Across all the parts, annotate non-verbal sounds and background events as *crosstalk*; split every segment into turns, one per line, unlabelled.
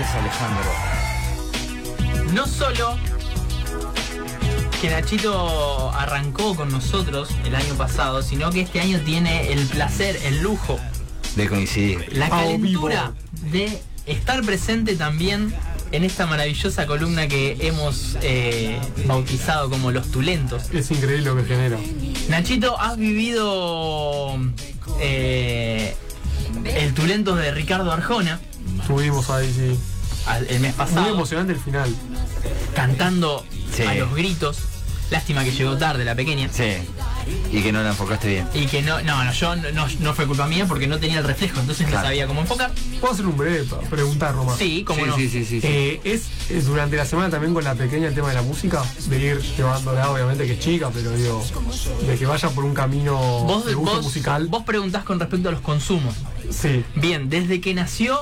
es Alejandro.
No solo que Nachito arrancó con nosotros el año pasado, sino que este año tiene el placer, el lujo
de coincidir.
La calentura de estar presente también en esta maravillosa columna que hemos eh, bautizado como Los Tulentos.
Es increíble lo que genera.
Nachito, has vivido eh, el Tulentos de Ricardo Arjona.
Estuvimos ahí, sí.
Al, el mes pasado.
Muy emocionante el final.
Cantando sí. a los gritos. Lástima que llegó tarde la pequeña.
Sí. Y que no la enfocaste bien.
Y que no, no, no yo no, no fue culpa mía porque no tenía el reflejo, entonces claro. no sabía cómo enfocar.
Puedo hacer un breve preguntar, Román.
Sí, como
sí,
no.
Sí, sí,
eh, ¿es, ¿es, durante la semana también con la pequeña el tema de la música? De ir llevándola, obviamente que es chica, pero digo, de que vaya por un camino
¿Vos,
de gusto
vos,
musical.
Vos preguntás con respecto a los consumos.
Sí.
Bien, desde que nació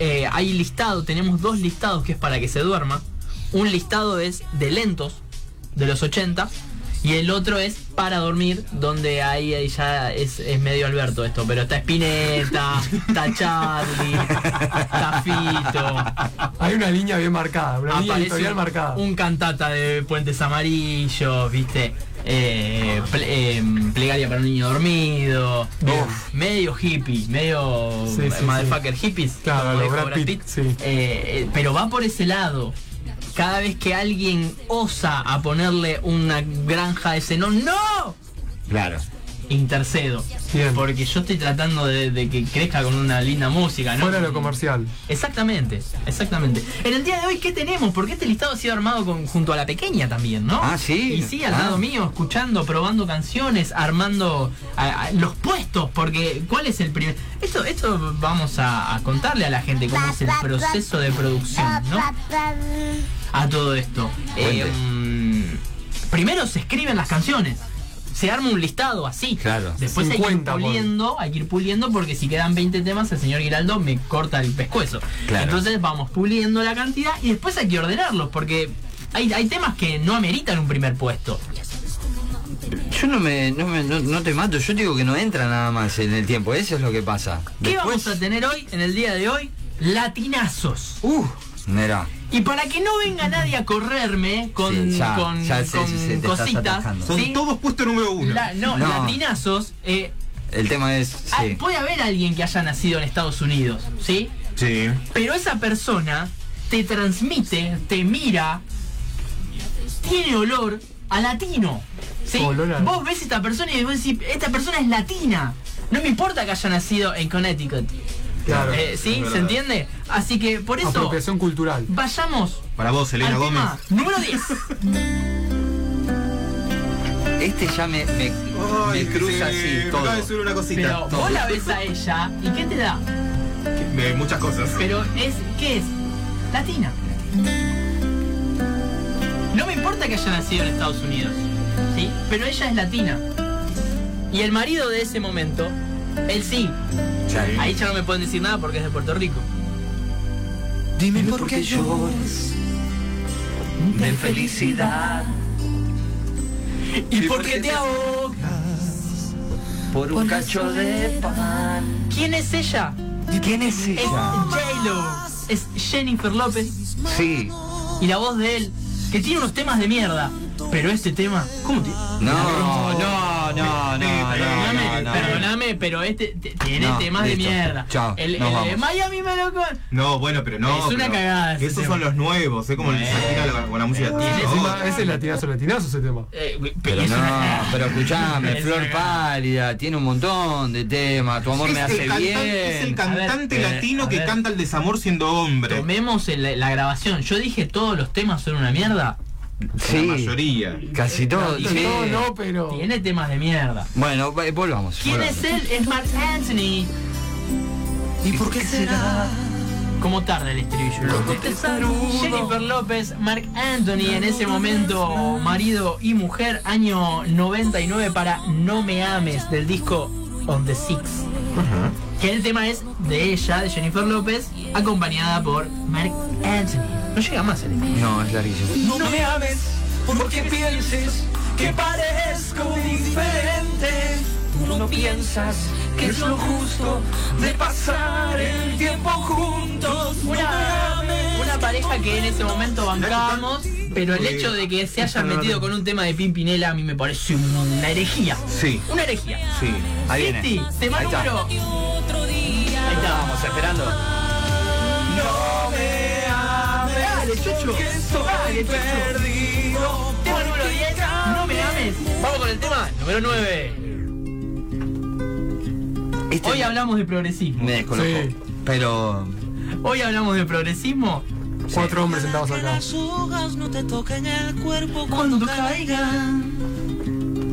eh, hay listado, tenemos dos listados que es para que se duerma. Un listado es de lentos, de los 80 y el otro es para dormir, donde ahí, ahí ya es, es, medio Alberto esto, pero está Spinetta, está Charlie,
*laughs*
está Fito.
Hay una línea bien marcada, una línea editorial
un,
marcada.
Un cantata de Puentes Amarillos, viste. Eh, ple, eh, plegaria para un niño dormido, Uf. medio hippie, medio sí, sí, motherfucker sí. hippies,
claro, como Brad Pitt, Pitt.
Eh, pero va por ese lado cada vez que alguien osa a ponerle una granja de xenón, ¡no!
Claro.
Intercedo.
Bien.
Porque yo estoy tratando de, de, que crezca con una linda música, ¿no?
Fuera lo comercial.
Exactamente, exactamente. En el día de hoy, ¿qué tenemos? Porque este listado ha sido armado con, junto a la pequeña también, ¿no?
Ah, sí.
Y sí, al
ah.
lado mío, escuchando, probando canciones, armando a, a, los puestos, porque ¿cuál es el primer? Esto, esto vamos a, a contarle a la gente cómo es el proceso de producción, ¿no? a todo esto. Eh, um, primero se escriben las canciones. Se arma un listado así.
Claro.
Después 50, hay que ir puliendo, por... hay que ir puliendo porque si quedan 20 temas el señor Giraldo me corta el pescuezo.
Claro.
Entonces vamos puliendo la cantidad y después hay que ordenarlos porque hay, hay temas que no ameritan un primer puesto.
Yo no me, no, me no, no, te mato, yo digo que no entra nada más en el tiempo, eso es lo que pasa.
Después... ¿Qué vamos a tener hoy, en el día de hoy? Latinazos.
Uh, mira.
Y para que no venga nadie a correrme con,
sí, ya,
con,
ya sé,
con
sí,
cositas.
Son
¿sí?
todos puestos número uno.
La, no, no, latinazos. Eh,
el tema es.
hay, Ah,
pues-
puede haber alguien que haya nacido en Estados Unidos, ¿sí?
Sí.
Pero esa persona te transmite, te mira, tiene olor a latino. ¿sí?
Olor a-
Vos ves a esta persona y vos decís, esta persona es latina. No me importa que haya nacido en Connecticut.
Claro.
Eh, ¿Sí?
Es
¿Se
verdad.
entiende? Así que por eso
Apropiación cultural.
vayamos
Para vos, Elena
al
Gómez.
tema número
*laughs*
10.
Este ya me, me,
Ay,
me cruza
sí,
así
me
todo.
acaba de subir una cosita.
Pero
Todo.
vos la ves a ella y ¿qué te da?
De muchas cosas.
Pero es, ¿qué es? Latina. No me importa que haya nacido en Estados Unidos, ¿sí? Pero ella es latina. Y el marido de ese momento, él sí. Ahí ya no me pueden decir nada porque es de Puerto Rico.
Dime por qué lloras de felicidad
Y porque te ahogo.
por un cacho de pan.
¿Quién es ella?
¿Quién es
Es J-Lo. Es Jennifer López.
Sí.
Y la voz de él, que tiene unos temas de mierda. Pero este tema, ¿cómo te.?
No, no, no, no, no, no,
Perdóname,
no.
perdóname, pero este te- tiene
No,
temas
listo.
de mierda.
Chao,
El,
nos
el de
vamos.
Miami me lo con-
No, bueno, pero no.
Es una
pero
cagada ese
Esos
tema.
son los nuevos, es como el Shakira la- con la música latina.
ese-
¿no?
Encima, ese es latinazo, latinazo ese tema.
Eh,
Pero
es
no,
una-
pero escuchame,
Es
Flor
una-
Pálida tiene un montón de temas, tu amor
Es
me hace
el cantan-
bien.
es el
A ver,
cantante
eh,
latino
a
que
ver.
canta el desamor siendo hombre.
Tomemos el- la grabación. Yo dije todos los temas son una mierda.
sí,
La mayoría.
casi todo.
y
sí.
No, no, pero.
Tiene temas de mierda.
Bueno, va- eh, volvamos.
¿Quién
volvamos.
es él? Es Mark Anthony.
¿Y por qué será?
¿Cómo tarda el estribillo? loco? Jennifer López, Mark Anthony, en ese momento marido y mujer, año 99 para No Me Ames, del disco On The Six. Que el tema es de ella, de Jennifer López, acompañada por Mark Anthony. No llega más el tema.
No, es larguísimo.
No me ames porque pienses que parezco diferente. Tú no piensas que es lo justo de pasar el tiempo juntos. No me
Una cosa que en ese momento bancábamos, pero el hecho de que se hayan metido con un tema de Pimpinela a mí me parece una herejía.
Sí.
Una herejía.
Sí, ahí viene.
Cristi, tema
Ahí está.
número.
Ahí estábamos esperando.
No me
Dale,
ames
Chucho.
porque
Dale,
estoy
Chucho.
perdido.
Tema número 10, no me ames. Vamos con el tema número 9.
Este
Hoy hablamos de progresismo.
me descolocó.
Sí.
Pero.
Hoy hablamos de progresismo.
Cuatro hombres sentados acá.
Las hojas no te toquen el cuerpo
Cuando caigan.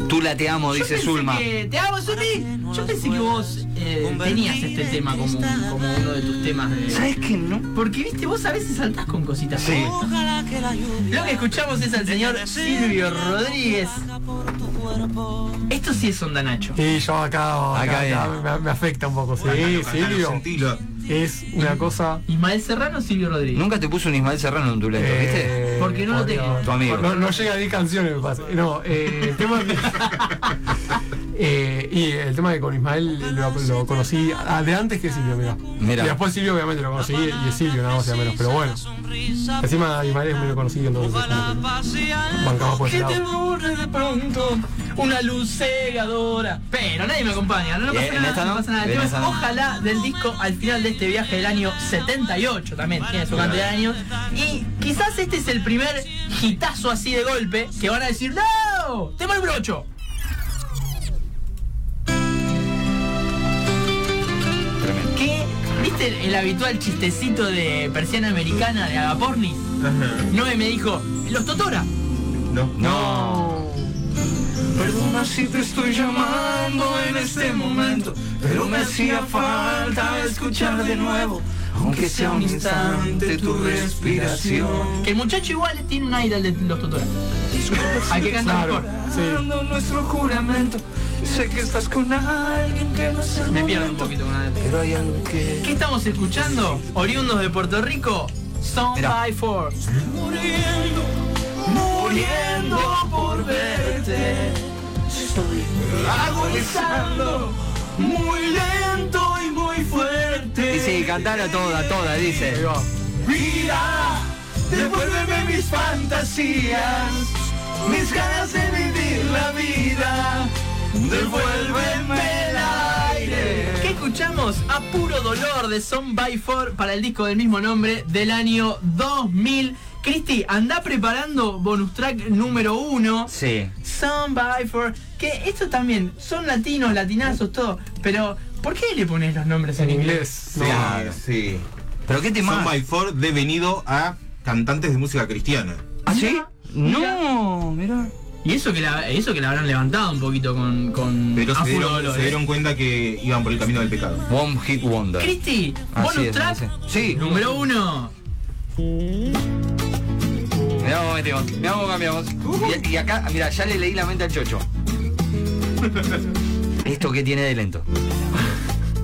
Tú la te amo,
Yo
dice
pensé
Zulma.
que- te amo, Zulmi. Yo pensé que vos eh, tenías este tema como, como uno de tus temas. de-
¿Sabes qué no?
Porque viste, vos a veces saltás con cositas.
Sí.
Ojalá que la lluvia
Lo que escuchamos es al señor Silvio Rodríguez.
haga por tu cuerpo.
Esto sí es onda Nacho.
Y yo acá,
Acá
acá, acá
viene.
me, me afecta un poco. Sí,
Cantalo, cantalo,
Silvio.
sentilo.
Es una cosa.
Ismael Serrano o Silvio Rodríguez.
Nunca te puso un Ismael Serrano en tu lento, ¿viste?
eh,
Porque no lo
podría-
tengo.
Tu amigo.
No, no llega a 10 canciones, me pasa. No, eh, el tema que. *laughs* Eh, y el tema que con Ismael lo, lo conocí ah, de antes que Silvio, mira.
Mirá.
Y después Silvio, obviamente, lo conocí y es Silvio, nada más y nada menos. Pero bueno,
Sonrisa,
encima Ismael es muy conocido, entonces.
ojalá pase algo
Bancamos
Pues
por ese
Que te
lado.
borre de pronto una luz cegadora. Pero nadie me acompaña, no, no pasa
Bien,
nada,
esta
no
no,
pasa nada. El
bien,
tema
esa
es
no.
ojalá del disco al final de este viaje del año 78 también, tiene su cantidad de años. Y quizás este es el primer hitazo así de golpe que van a decir, ¡No! Tema número 8.
Tremendo.
¿Qué? ¿Viste el, el habitual chistecito de persiana americana de Agapornis?
Ajá.
No, y me dijo, los Totora.
No.
No.
Perdona si te estoy llamando en este momento, pero me hacía falta escuchar de nuevo, aunque sea un instante tu respiración.
Que el muchacho igual tiene un aire al de los Totora. Hay que cantar
Claro,
mejor.
sí.
Dando nuestro juramento, sé que estás con alguien que no es el
Me pierdo un
momento,
poquito con la letra.
pero hay algo que
¿Qué estamos escuchando? Oriundos de Puerto Rico, Song
Mirá.
by Four.
muriendo, muriendo por verte. Estoy agonizando muy lento y muy fuerte.
Dice, cantala toda, toda,
Ahí
dice.
va.
Vida, devuélveme mis fantasías, mis ganas de vivir la vida. Devuélveme el aire.
¿Qué escuchamos? A puro dolor de Song by Four para el disco del mismo nombre del año 2000. Cristi, anda preparando bonus track número uno.
Sí.
Song by Four. Que estos también son latinos, latinazos, todo. Pero, ¿por qué le pones los nombres
En inglés.
Sí, sí.
¿Pero qué te
Son
más?
by four devenido a cantantes de música cristiana.
¿Ah, sí?
Mira,
No, mira.
Y eso que la, eso que la habrán levantado un poquito con, con
Pero
a
se
puro
dieron,
dolor.
se dieron cuenta que iban por el camino del pecado.
One Hit Wonder.
Cristi,
Así
bonus
es,
track
dice. Sí.
número uno.
Mirá cómo metemos, mirá cómo cambiamos. Y, y acá, mira, ya le leí la mente al chocho. ¿Esto qué tiene de lento?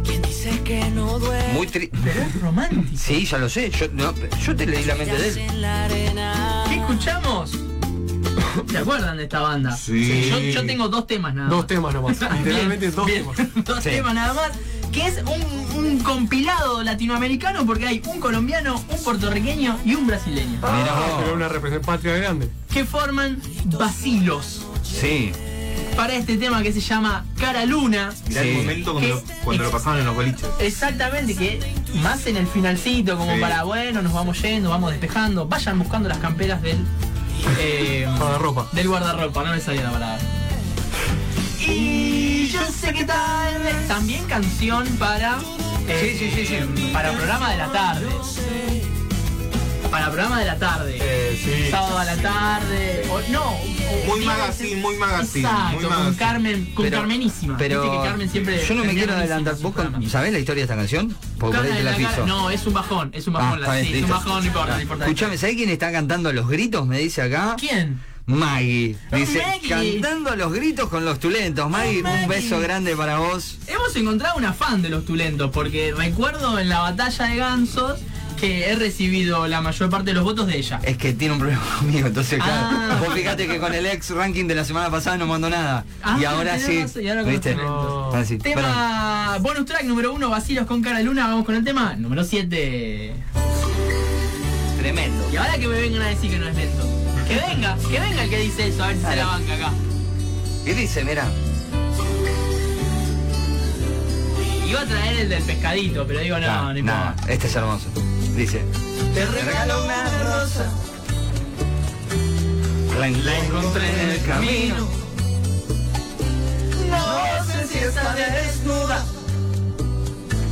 Quien dice que no duele
Muy triste.
Pero es romántico.
Sí, ya lo sé. Yo, no, yo te leí la mente de él.
en la arena
¿Qué escuchamos? ¿Se acuerdan de esta banda?
Sí.
yo, yo tengo dos temas nada más.
Dos temas nomás. Literalmente
*laughs* Bien,
dos
bien. *laughs*
temas.
Dos
Sí.
temas nada más. Que es un, un compilado latinoamericano porque hay un colombiano, un puertorriqueño y un brasileño.
Mirá
Ah,
vos.
Pero una representación patria grande.
Que forman Basilos
Sí.
para este tema que se llama Cara Luna.
Mirá el
Sí.
momento cuando, lo,
¿Qué?
cuando lo pasaban en los boliches.
Exactamente, que más en el finalcito, como
Sí.
para, bueno, nos vamos yendo, vamos despejando, vayan buscando las camperas del... eh,
Para la ropa.
del guardarropa, no me salía la palabra. Y yo sé que tal vez- También canción para... eh,
Sí, sí, sí, sí.
Para programa de la tarde. Para programa de la tarde.
Eh, sí.
Sábado a la tarde. o- no. o-
Muy
viernes-
magazine, muy magazine,
Exacto,
muy
con
magazine.
Carmen, con
Pero-
Carmenísima.
Pero
Viste que Carmen siempre
yo no me
termina
quiero
buenísimo
adelantar.
su
¿Vos con-
programa.
sabés la historia de esta canción? Porque por ahí
Cara
te
de
la
la cara-
piso.
No, es un bajón, es un
Ah,
bajón, la-
está bien,
sí, es un
listo.
bajón, no importa, no importa.
Escuchame, ¿sabés quién está cantando a los gritos? Me dice acá.
¿Quién?
Maggie.
Oh,
Dice,
Maggie.
cantando a los gritos con los tulentos. Maggie,
Maggie.
un beso grande para vos.
Hemos encontrado una fan de los Tulentos, porque recuerdo en la batalla de gansos que he recibido la mayor parte de los votos de ella.
Es que tiene un problema *laughs* conmigo, entonces
Ah.
claro. Vos fíjate que con el ex ranking de la semana pasada no mandó nada.
Ah,
y ahora
tenés
sí.
razón, y ahora con
¿Viste?
los
talentos.
Así, perdón.
Tema bonus track número uno, vacilos con cara de luna, vamos con el tema número 7.
Tremendo.
Y ahora que me vengan a decir que no es lento. Que venga, que venga el que dice eso, a ver si se la banca acá.
Y dice, mira,
Iba a traer el del pescadito, pero digo, no,
nah,
no
nah,
importa.
este es hermoso. Dice,
Te regalo una rosa.
la encontré en el camino.
No sé si está desnuda.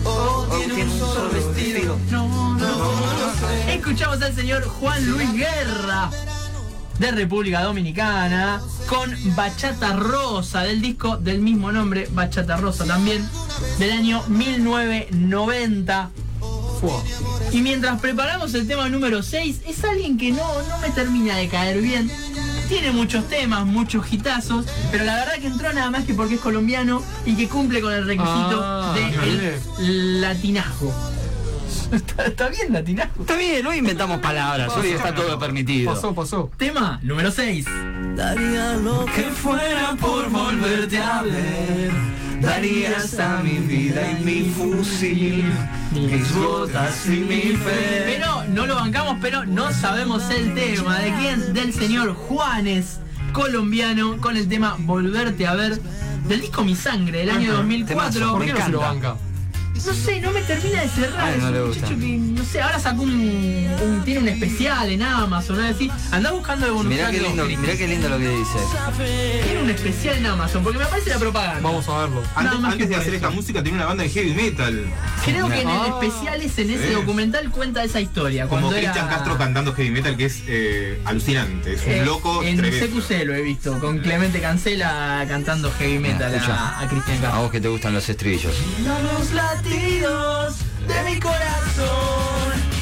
Oh, tiene un solo vestido.
Escuchamos al señor Juan Luis Guerra de República Dominicana con Bachata Rosa del disco del mismo nombre, Bachata Rosa también, del año 1990. Y mientras preparamos el tema número 6, es alguien que no, no me termina de caer bien. Tiene muchos temas, muchos hitazos, pero la verdad que entró nada más que porque es colombiano y que cumple con el requisito
Ah,
del latinazgo. *laughs* ¿Está, está bien latinazgo.
Está bien, hoy inventamos palabras, hoy está todo permitido.
Pasó, pasó.
Tema número 6.
Daría lo que fuera por volverte a ver. Daría hasta mi vida y mi fusil, mis botas y mi fe.
Pero no lo bancamos, pero no sabemos el tema. ¿De quién? Del señor Juanes, colombiano, con el tema Volverte a ver. Del disco Mi Sangre, del año
Ajá,
temazo.
2004.
¿Por qué no se lo
encanta.
banca?
No sé, no me termina de cerrar.
Ay, Ah, no
Es un
le gusta.
muchacho que, no sé, ahora sacó un, un- Tiene un especial en Amazon, algo así. Andá buscando de bonus
Mirá
track
qué
de
lindo,
Office.
mirá qué lindo lo que dice.
Tiene un especial en Amazon, porque me aparece la propaganda.
Vamos a verlo.
Nada
Antes,
más
antes
que
de
por
hacer
eso.
esta música tenía una banda de heavy metal.
Creo que en el
Ah.
especial es en ese
Sí.
documental cuenta esa historia.
Como
cuando era-
Cristian Castro cantando heavy metal que es eh, alucinante. Es un
Eh,
loco
En
tremendo.
CQC lo he visto, con Clemente Cancela cantando heavy metal a,
escucha.
a Cristian
A
Castro.
vos que te gustan los estribillos.
Los latidos de mi corazón,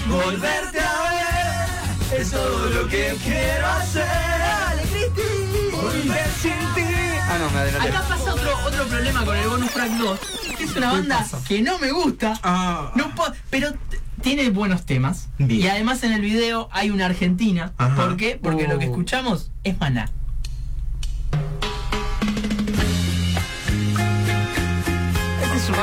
volverte a ver, es todo lo que quiero hacer. Dale,
Ah, no, me adelanté.
Acá pasa otro, otro problema con el bonus track 2, que es una banda que no me gusta,
Ah,
no po- pero t- tiene buenos temas.
Bien.
Y además en el video hay una argentina.
Ajá.
¿Por qué? Porque lo que
Oh.
escuchamos es maná.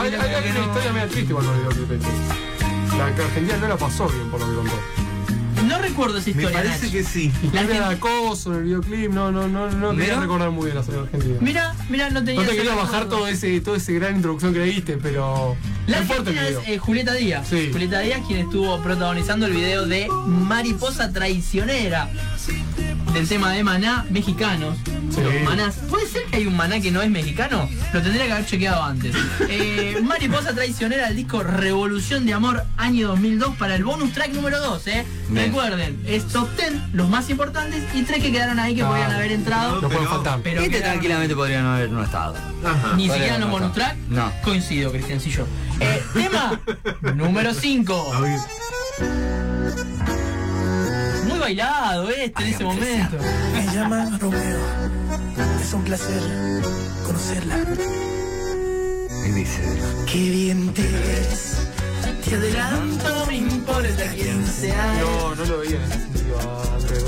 Hay, hay- hay una historia media triste igual con el videoclip este. La que Argentina no la pasó bien por lo que contó.
No recuerdo esa
me
historia.
parece
Nacho.
que sí.
La
Historia de
Argentina-
acoso en el videoclip, no, no, no, no quería
Mira.
recordar muy bien la serie argentina.
Mira, mira, no tenía.
No te
ese
quería
recuerdo.
bajar todo ese, todo ese gran introducción que le diste, pero.
La
no importa el
Argentina es
video.
eh, Julieta Díaz.
Sí.
Julieta Díaz, quien estuvo protagonizando el video de Mariposa Traicionera. Del tema de Maná, mexicanos.
Sí.
Los manás. ¿Puede ser que hay un maná que no es mexicano? Lo tendría que haber chequeado
*laughs*
antes. Eh, Mariposa Traicionera, el disco Revolución de Amor, año 2002, para el bonus track número 2, ¿eh?
Bien.
Recuerden, es top 10, los más importantes, y tres que quedaron ahí que
Ah.
podían haber entrado.
No puede
Pero-
faltar.
Pero
Este
quedaron-
tranquilamente podría no haber no estado.
Ajá.
Ni
Vale,
siquiera en los
no,
bonus
no.
track.
No.
Coincido, Cristian, sí yo. Eh, tema número 5. Muy bailado este en
Ay,
ese
hombre,
momento.
Me llama Romeo. Es un placer conocerla.
Y dice,
Qué bien te ves. Te adelanto, no me importa quién sea.
No, no lo veía en ese sentido, Andrés,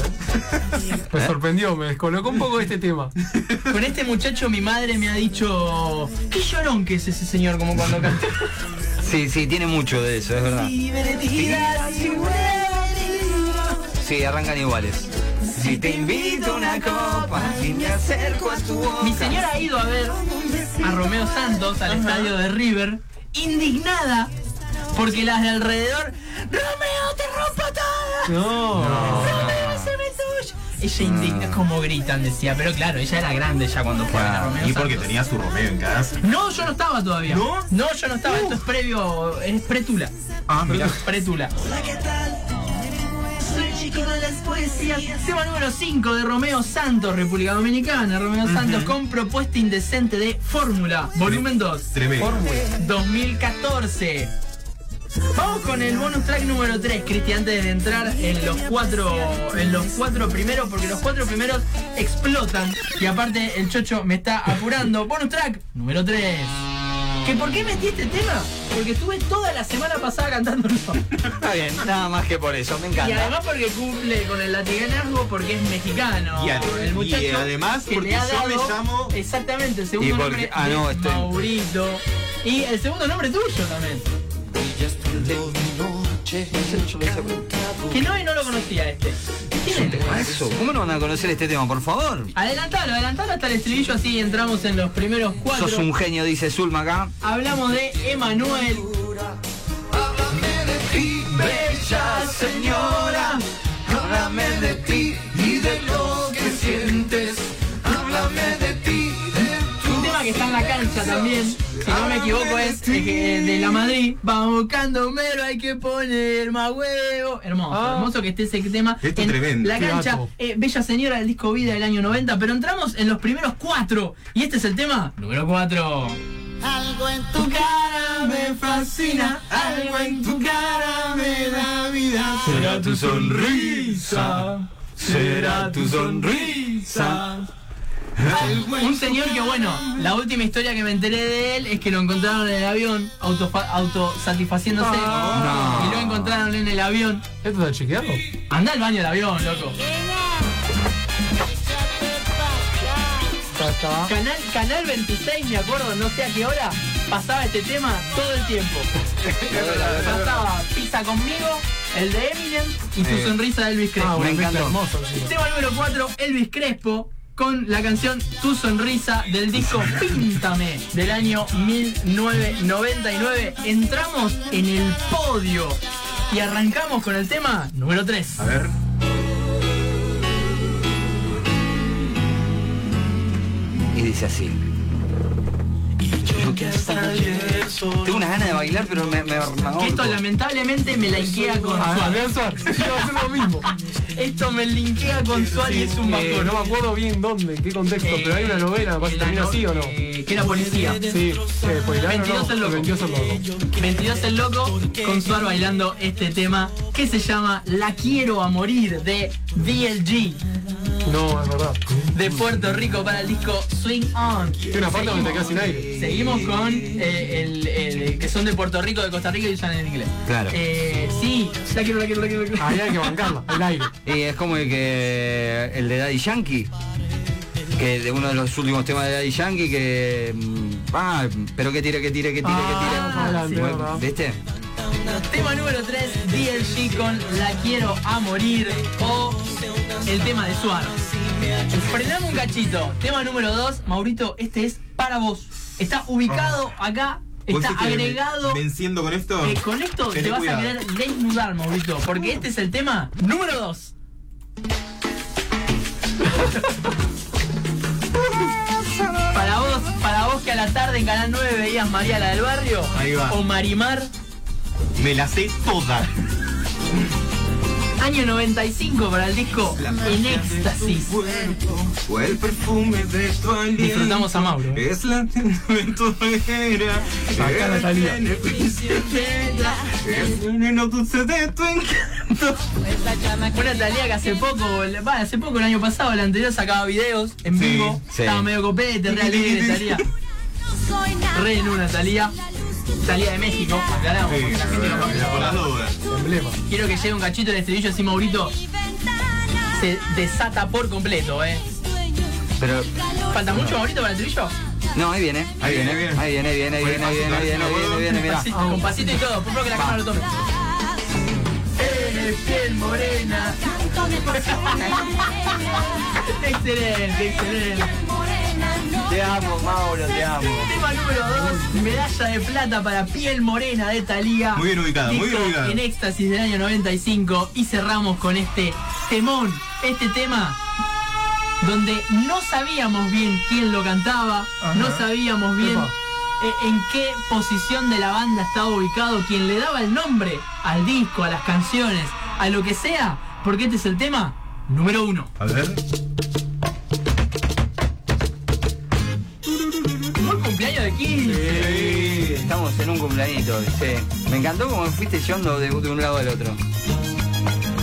¿eh? *laughs* Me sorprendió, me descolocó un poco este tema.
Con este muchacho mi madre me ha dicho. Qué llorón que es ese señor como cuando canta.
sí, sí, tiene mucho de eso, es verdad.
Divertida si vuelvo.
Sí, arrancan iguales. Si te invito a una copa y me acerco a tu
Mi señora ha ido a ver a Romeo Santos al estadio de River, indignada porque las de alrededor. ¡Romeo, te rompo toda!
No.
¡Romeo, se me tuyo! Ella indigna como gritan, decía, pero claro, ella era grande ya cuando fue a ver a Romeo
Y porque
Santos.
tenía su Romeo en casa.
No, yo no estaba todavía.
¿No? Uh.
yo no estaba. Esto es previo. Es pretula.
Ah, mirá.
Pretula. Soy chico de las poesías. Tema número 5 de Romeo Santos, República Dominicana. Romeo Santos con propuesta indecente de Fórmula, volumen 2,
Tremendo.
2014. Vamos con el bonus track número 3, Cristi, antes de entrar en los cuatro en los cuatro primeros, porque los cuatro primeros explotan. Y aparte el chocho me está apurando. bonus track número 3. ¿Que por qué metí este tema? Porque estuve toda la semana pasada cantándolo.
Está bien, nada más que por eso, me
Y
encanta.
además porque cumple con el latiganazgo porque es mexicano.
Y ade-
el muchacho
y además
que
porque
le ha
yo me
dado-
llamo-
Exactamente, el segundo
Y porque-
nombre
ah, no,
de
este-
estoy-
Maurito. Y el segundo nombre tuyo también.
Che, ese yo lo sé, bro.
Que no y no lo conocía este. ¿Quién es este?
Eso, ¿cómo no van a conocer este tema, por favor?
Adelantalo, adelantalo hasta el estribillo así entramos en los primeros cuatro.
Sos un genio, dice Zulma acá.
Hablamos de Emanuel.
Háblame de ti, bella señora. Háblame de ti y de lo que sientes. Háblame de ti, de
Un tema que está en la cancha también. Si no me equivoco es eh, de la Madrid. Vamos buscando mero, hay que poner más huevo. Hermoso,
Ah.
hermoso que esté ese tema.
Este
en
tremendo.
La
Qué
cancha,
gato.
eh, Bella Señora del disco Vida del año 90. Pero entramos en los primeros cuatro. Y este es el tema número cuatro.
Algo en
Tu cara me fascina, algo en tu cara me da vida.
Será tu sonrisa, será tu sonrisa.
Un señor que bueno, la última historia que me enteré de él es que lo encontraron en el avión, autofa- autosatisfaciéndose.
No.
Ah.
Y lo encontraron en el avión.
¿Esto está chequeado?
Anda al baño del avión, loco.
Está, está.
Canal, canal 26, me acuerdo, no sé a qué hora, pasaba este tema todo el tiempo. pasaba Pisa conmigo, el de Eminem y tu
Eh.
sonrisa de Elvis Crespo.
Ah, una
Me
mezcla
encantó.
hermosa, chicos.
Tema número 4, Elvis Crespo, con la canción Tu Sonrisa del disco Píntame del año 1999. Entramos en el podio y arrancamos con el tema número 3.
A ver.
Y dice así. Tengo unas ganas de bailar, pero me, me, me
Que esto
ahorco.
lamentablemente me linkea con
A ver,
Suárez.
Adrián Suárez, sí, va a hacer lo mismo.
Esto me linkea con Suárez y es un
Eh,
bajón.
no me acuerdo bien dónde, en qué contexto,
Eh,
pero hay una novela,
en
¿pasa
la
termina
no-
así o no?
eh, que era policía.
Sí, eh, pues el
22 el loco.
22 el loco.
22 el loco con Suar bailando este tema que se llama La quiero a morir de DLG
No, es verdad.
de Puerto Rico para el disco Swing On.
Tiene una parte donde te quedas sin aire.
Seguimos con eh, el, el- que son de Puerto Rico, de Costa Rica y usan en inglés.
Claro.
Eh, sí, la quiero, la quiero, la quiero. la quiero.
Ahí hay que bancarla, el aire.
Y es como el que el de Daddy Yankee, que de uno de los últimos temas de Daddy Yankee que mm, ah, pero que tira, que tira, que tira,
Ah,
que
sí.
tira.
verdad.
¿Viste?
Tema número 3, DLG con La Quiero a Morir o el tema de Suar. Frename un cachito. Tema número 2, Maurito, este es para vos. Está ubicado acá,
Ah. ¿Vos
está
decís que me-
agregado.
Me, enciendo con esto?
Eh, con esto
Tené
te vas
cuidado.
a querer desnudar, Maurito, porque este es el tema número 2. *laughs* para vos, para vos que a la tarde en Canal 9 veías María la del Barrio
Ahí va.
o Marimar,
Me la sé toda.
año 95 para el disco En Éxtasis.
O el perfume de tu aliento.
Disfrutamos a Mauro. eh.
Es la aventurera.
Acá Natalia.
Es el veneno dulce de tu encanto.
Una Talía que hace poco, el- va, hace poco el año pasado, el anterior sacaba videos en
Sí,
vivo,
sí.
estaba medio copete, re
*laughs*
alegre Talía. Re en una Talía. Talía de México, aclaramos,
Sí,
porque la gente capaz que no
por las
conoce.
dudas.
Emblema.
Quiero que lleve un cachito el estribillo así Maurito se desata por completo, eh.
Pero
¿Falta mucho Maurito para el estribillo?
no, ahí viene, ahí viene, ahí viene, ahí viene, ahí viene, ahí viene, ahí viene, ahí viene, ahí viene, mirá.
Pasito, con pasito y todo, por favor que la cámara lo tome. Eres piel morena. *laughs* excelente, excelente.
Te amo, Mauro, te amo.
Tema número 2, medalla de plata para piel morena de Talía.
Muy bien ubicada, muy bien ubicada.
En éxtasis del año 95 y cerramos con este temón, este tema donde no sabíamos bien quién lo cantaba, no sabíamos bien
Epa.
eh, en qué posición de la banda estaba ubicado, quien le daba el nombre al disco, a las canciones, a lo que sea, porque este es el tema número uno.
A ver.
Muy cumpleaños de Kiss.
Estamos en un cumpleañito, sí. Me encantó como fuiste yendo de, de un lado al otro.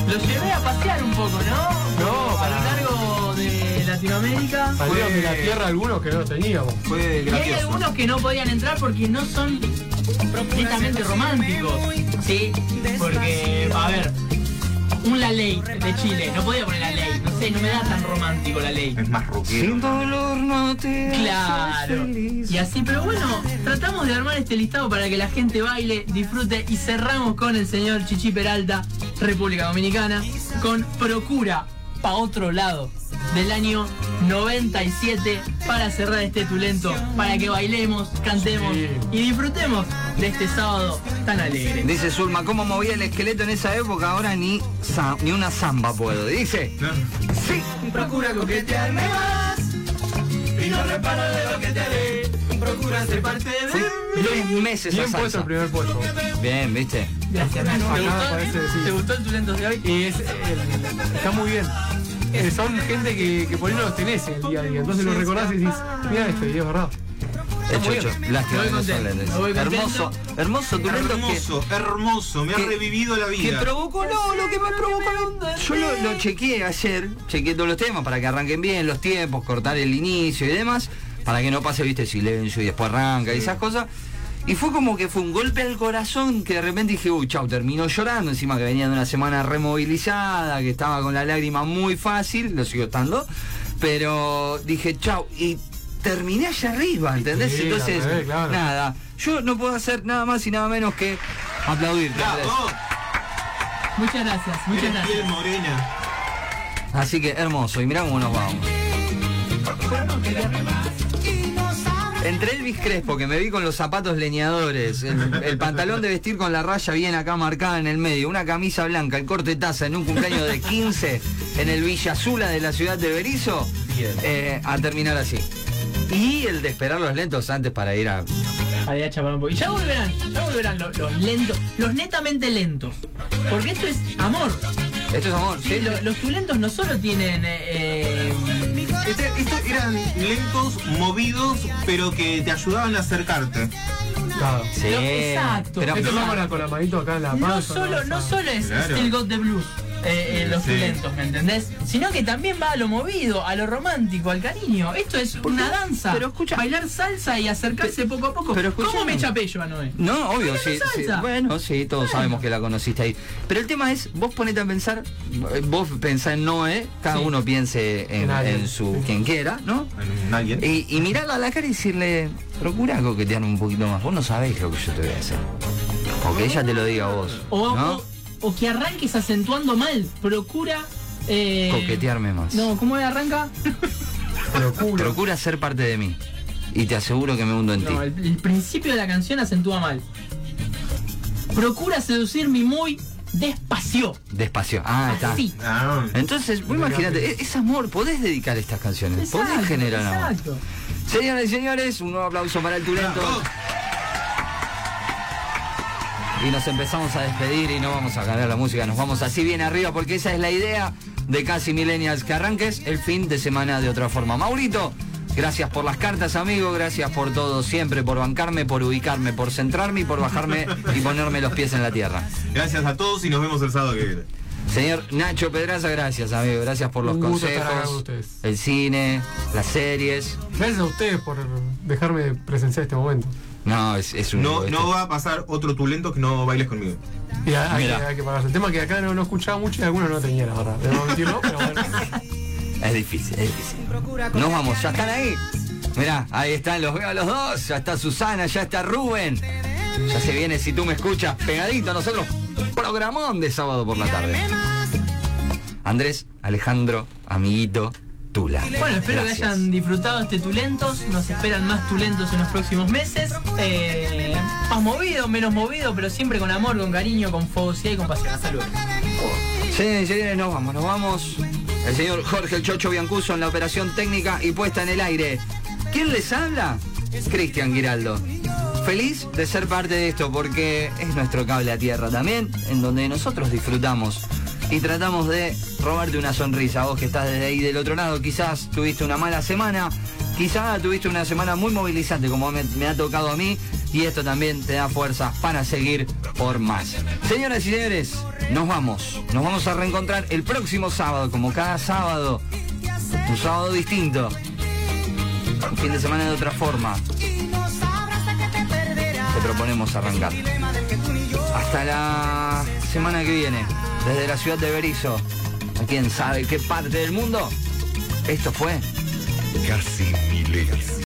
Lo llevé a pasear un poco, ¿no?
No,
A lo largo de Latinoamérica.
Salieron de la tierra algunos que no los teníamos.
Fue
Y hay
gracioso.
algunos que no podían entrar porque no son netamente románticos. Sí, porque, a ver, un La Ley de Chile, no podía poner La Ley, no sé, sé, no me da tan romántico la ley.
Es más rockero.
Sin dolor no te haces
Claro.
feliz.
Y así, pero bueno, tratamos de armar este listado para que la gente baile, disfrute y cerramos con el señor Chichi Peralta, República Dominicana, con Procura pa otro lado del año 97 para cerrar este tulento, para que bailemos, cantemos
Sí.
y disfrutemos de este sábado tan alegre.
Dice Zulma, ¿cómo movía el esqueleto en esa época? Ahora ni, za- ni una zamba puedo. Dice, sí.
Procura coquetearme más y no reparo de lo que te haré. Procura ser parte de mí.
Diez meses
Bien
a
puesto el
salsa.
primer puesto.
Bien, ¿viste?
Gracias, Nacho. ¿Te
Acá
gustó,
parece, sí.
¿Te gustó el tulento de hoy?
Y es, el- está muy bien. Eh, son gente que, que por ahí no los tenés en el día a día. Entonces los recordás y decís, mira esto, y es verdad.
El chocho. Lástima
Voy
que no
contento,
son lentes.
voy contento.
Hermoso, hermoso tulento que,
Hermoso, hermoso, me ha
que-
revivido la
que
vida.
provocó, no, lo que me provocó. ¿eh? Yo lo, lo chequeé ayer, chequeé todos los temas para que arranquen bien, los tiempos, cortar el inicio y demás, para que no pase, viste, silencio y después arranca y esas cosas. Y fue como que fue un golpe al corazón que de repente dije, uy, chau, terminó llorando, encima que venía de una semana removilizada, que estaba con la lágrima muy fácil, lo sigo estando, pero dije, chau, y terminé allá arriba, ¿entendés?
Sí, al
Entonces,
revés, claro.
nada, yo no puedo hacer nada más y nada menos que aplaudirte. Andrés.
Bravo,
Muchas gracias, muchas
eres
gracias.
piel morena.
Así que hermoso, y mirá cómo nos vamos. Entre Elvis Crespo, que me vi con los zapatos leñadores, el, el pantalón de vestir con la raya bien acá marcada en el medio, una camisa blanca, el corte taza en un cumpleaños de 15 en el Villa Azula de la ciudad de Berizo, eh, a terminar así. Y el de esperar los lentos antes para ir a...
Adiós, chaval, un poco. Y ya volverán, ya volverán los, los lentos, los netamente lentos. Porque esto es amor.
Esto es amor,
Sí,
¿sí?
lo- los tulentos no solo tienen eh, eh,
Este- Estos eran lentos, movidos, pero que te ayudaban a acercarte.
Claro.
Sí.
Exacto.
Pero-
Esto va con la, con la manito acá en la
no
panza,
solo, no
esa-
solo es
Claro.
Still Got the Blues, eh, eh, los
Sí.
tulentos, ¿me entendés? Sino que también va a lo movido, a lo romántico, al cariño. Esto es una danza.
pero escucha-
bailar salsa y acercarse poco a poco.
pero escucha-
¿Cómo me chapello a Noé?
No, obvio,
Bailando
sí, sí.
salsa.
Bueno, sí, todos sabemos que la conociste ahí. Pero el tema es, vos ponete a pensar, vos pensá en Noé, cada
Sí.
uno piense en,
En alguien.
en su quien quiera, ¿no?
Nadie.
Y, y mirarla a la cara y decirle, procura coquetearme un poquito más, vos no sabéis lo que yo te voy a hacer. O que ella te lo diga a vos,
O,
¿no?
o- o que arranques acentuando mal. Procura. eh,
Coquetearme más.
No, ¿cómo arranca?
Locura.
Procura ser parte de mí. Y te aseguro que me hundo en ti.
No, el, el principio de la canción acentúa mal. Procura seducirme muy despacio.
Despacio. Ah, está.
Así.
Ah,
Entonces, vos imagínate, es, es amor, podés dedicar estas canciones, podés generar amor.
exacto.
Señoras y señores, un nuevo aplauso para el Tulento.
bravo.
Y nos empezamos a despedir y no vamos a cambiar la música, nos vamos así bien arriba porque esa es la idea de Casi Millennials que arranques el fin de semana de otra forma. Maurito, gracias por las cartas, amigo, gracias por todo siempre, por bancarme, por ubicarme, por centrarme y por bajarme y ponerme los pies en la tierra.
Gracias a todos y nos vemos el sábado que viene.
Señor Nacho Pedraza, gracias, amigo, gracias por los
Un gusto estar acá con
consejos,
ustedes.
el cine, las series.
Gracias a ustedes por dejarme presenciar este momento.
No, es, es un
No,
este-
no va a pasar otro tulento que no bailes conmigo.
Y hay, hay que-
Mira.
hay que pagarse. El tema que acá no, no escuchaba mucho y algunos no tenían, la verdad. Debo mentirlo, pero bueno.
Es difícil, es difícil. Nos vamos, ya están ahí. Mirá, ahí están, los veo a los dos. Ya está Susana, ya está Rubén. Ya se viene, si tú me escuchas, pegadito a nosotros. Programón de sábado por la tarde. Andrés, Alejandro, amiguito, Tula.
Bueno, espero que
Gracias.
hayan disfrutado este Tulentos. Nos esperan más Tulentos en los próximos meses. Eh, más movido, menos movido, pero siempre con amor, con cariño, con fogosidad y con pasión. Saludos.
Señores y señores, nos vamos, nos vamos. El señor Jorge El Chocho Biancuso en la operación técnica y puesta en el aire. ¿Quién les habla? Cristian Giraldo. Feliz de ser parte de esto porque es nuestro cable a tierra también, en donde nosotros disfrutamos y tratamos de robarte una sonrisa. Vos que estás desde ahí del otro lado, quizás tuviste una mala semana, quizás tuviste una semana muy movilizante como me, me ha tocado a mí y esto también te da fuerzas para seguir por más. Señoras y señores, nos vamos. Nos vamos a reencontrar el próximo sábado, como cada sábado. Un sábado distinto. Un fin de semana de otra forma. Te proponemos arrancar. Hasta la semana que viene, desde la ciudad de Berizo. a quién sabe qué parte del mundo. Esto fue
Casi milenio.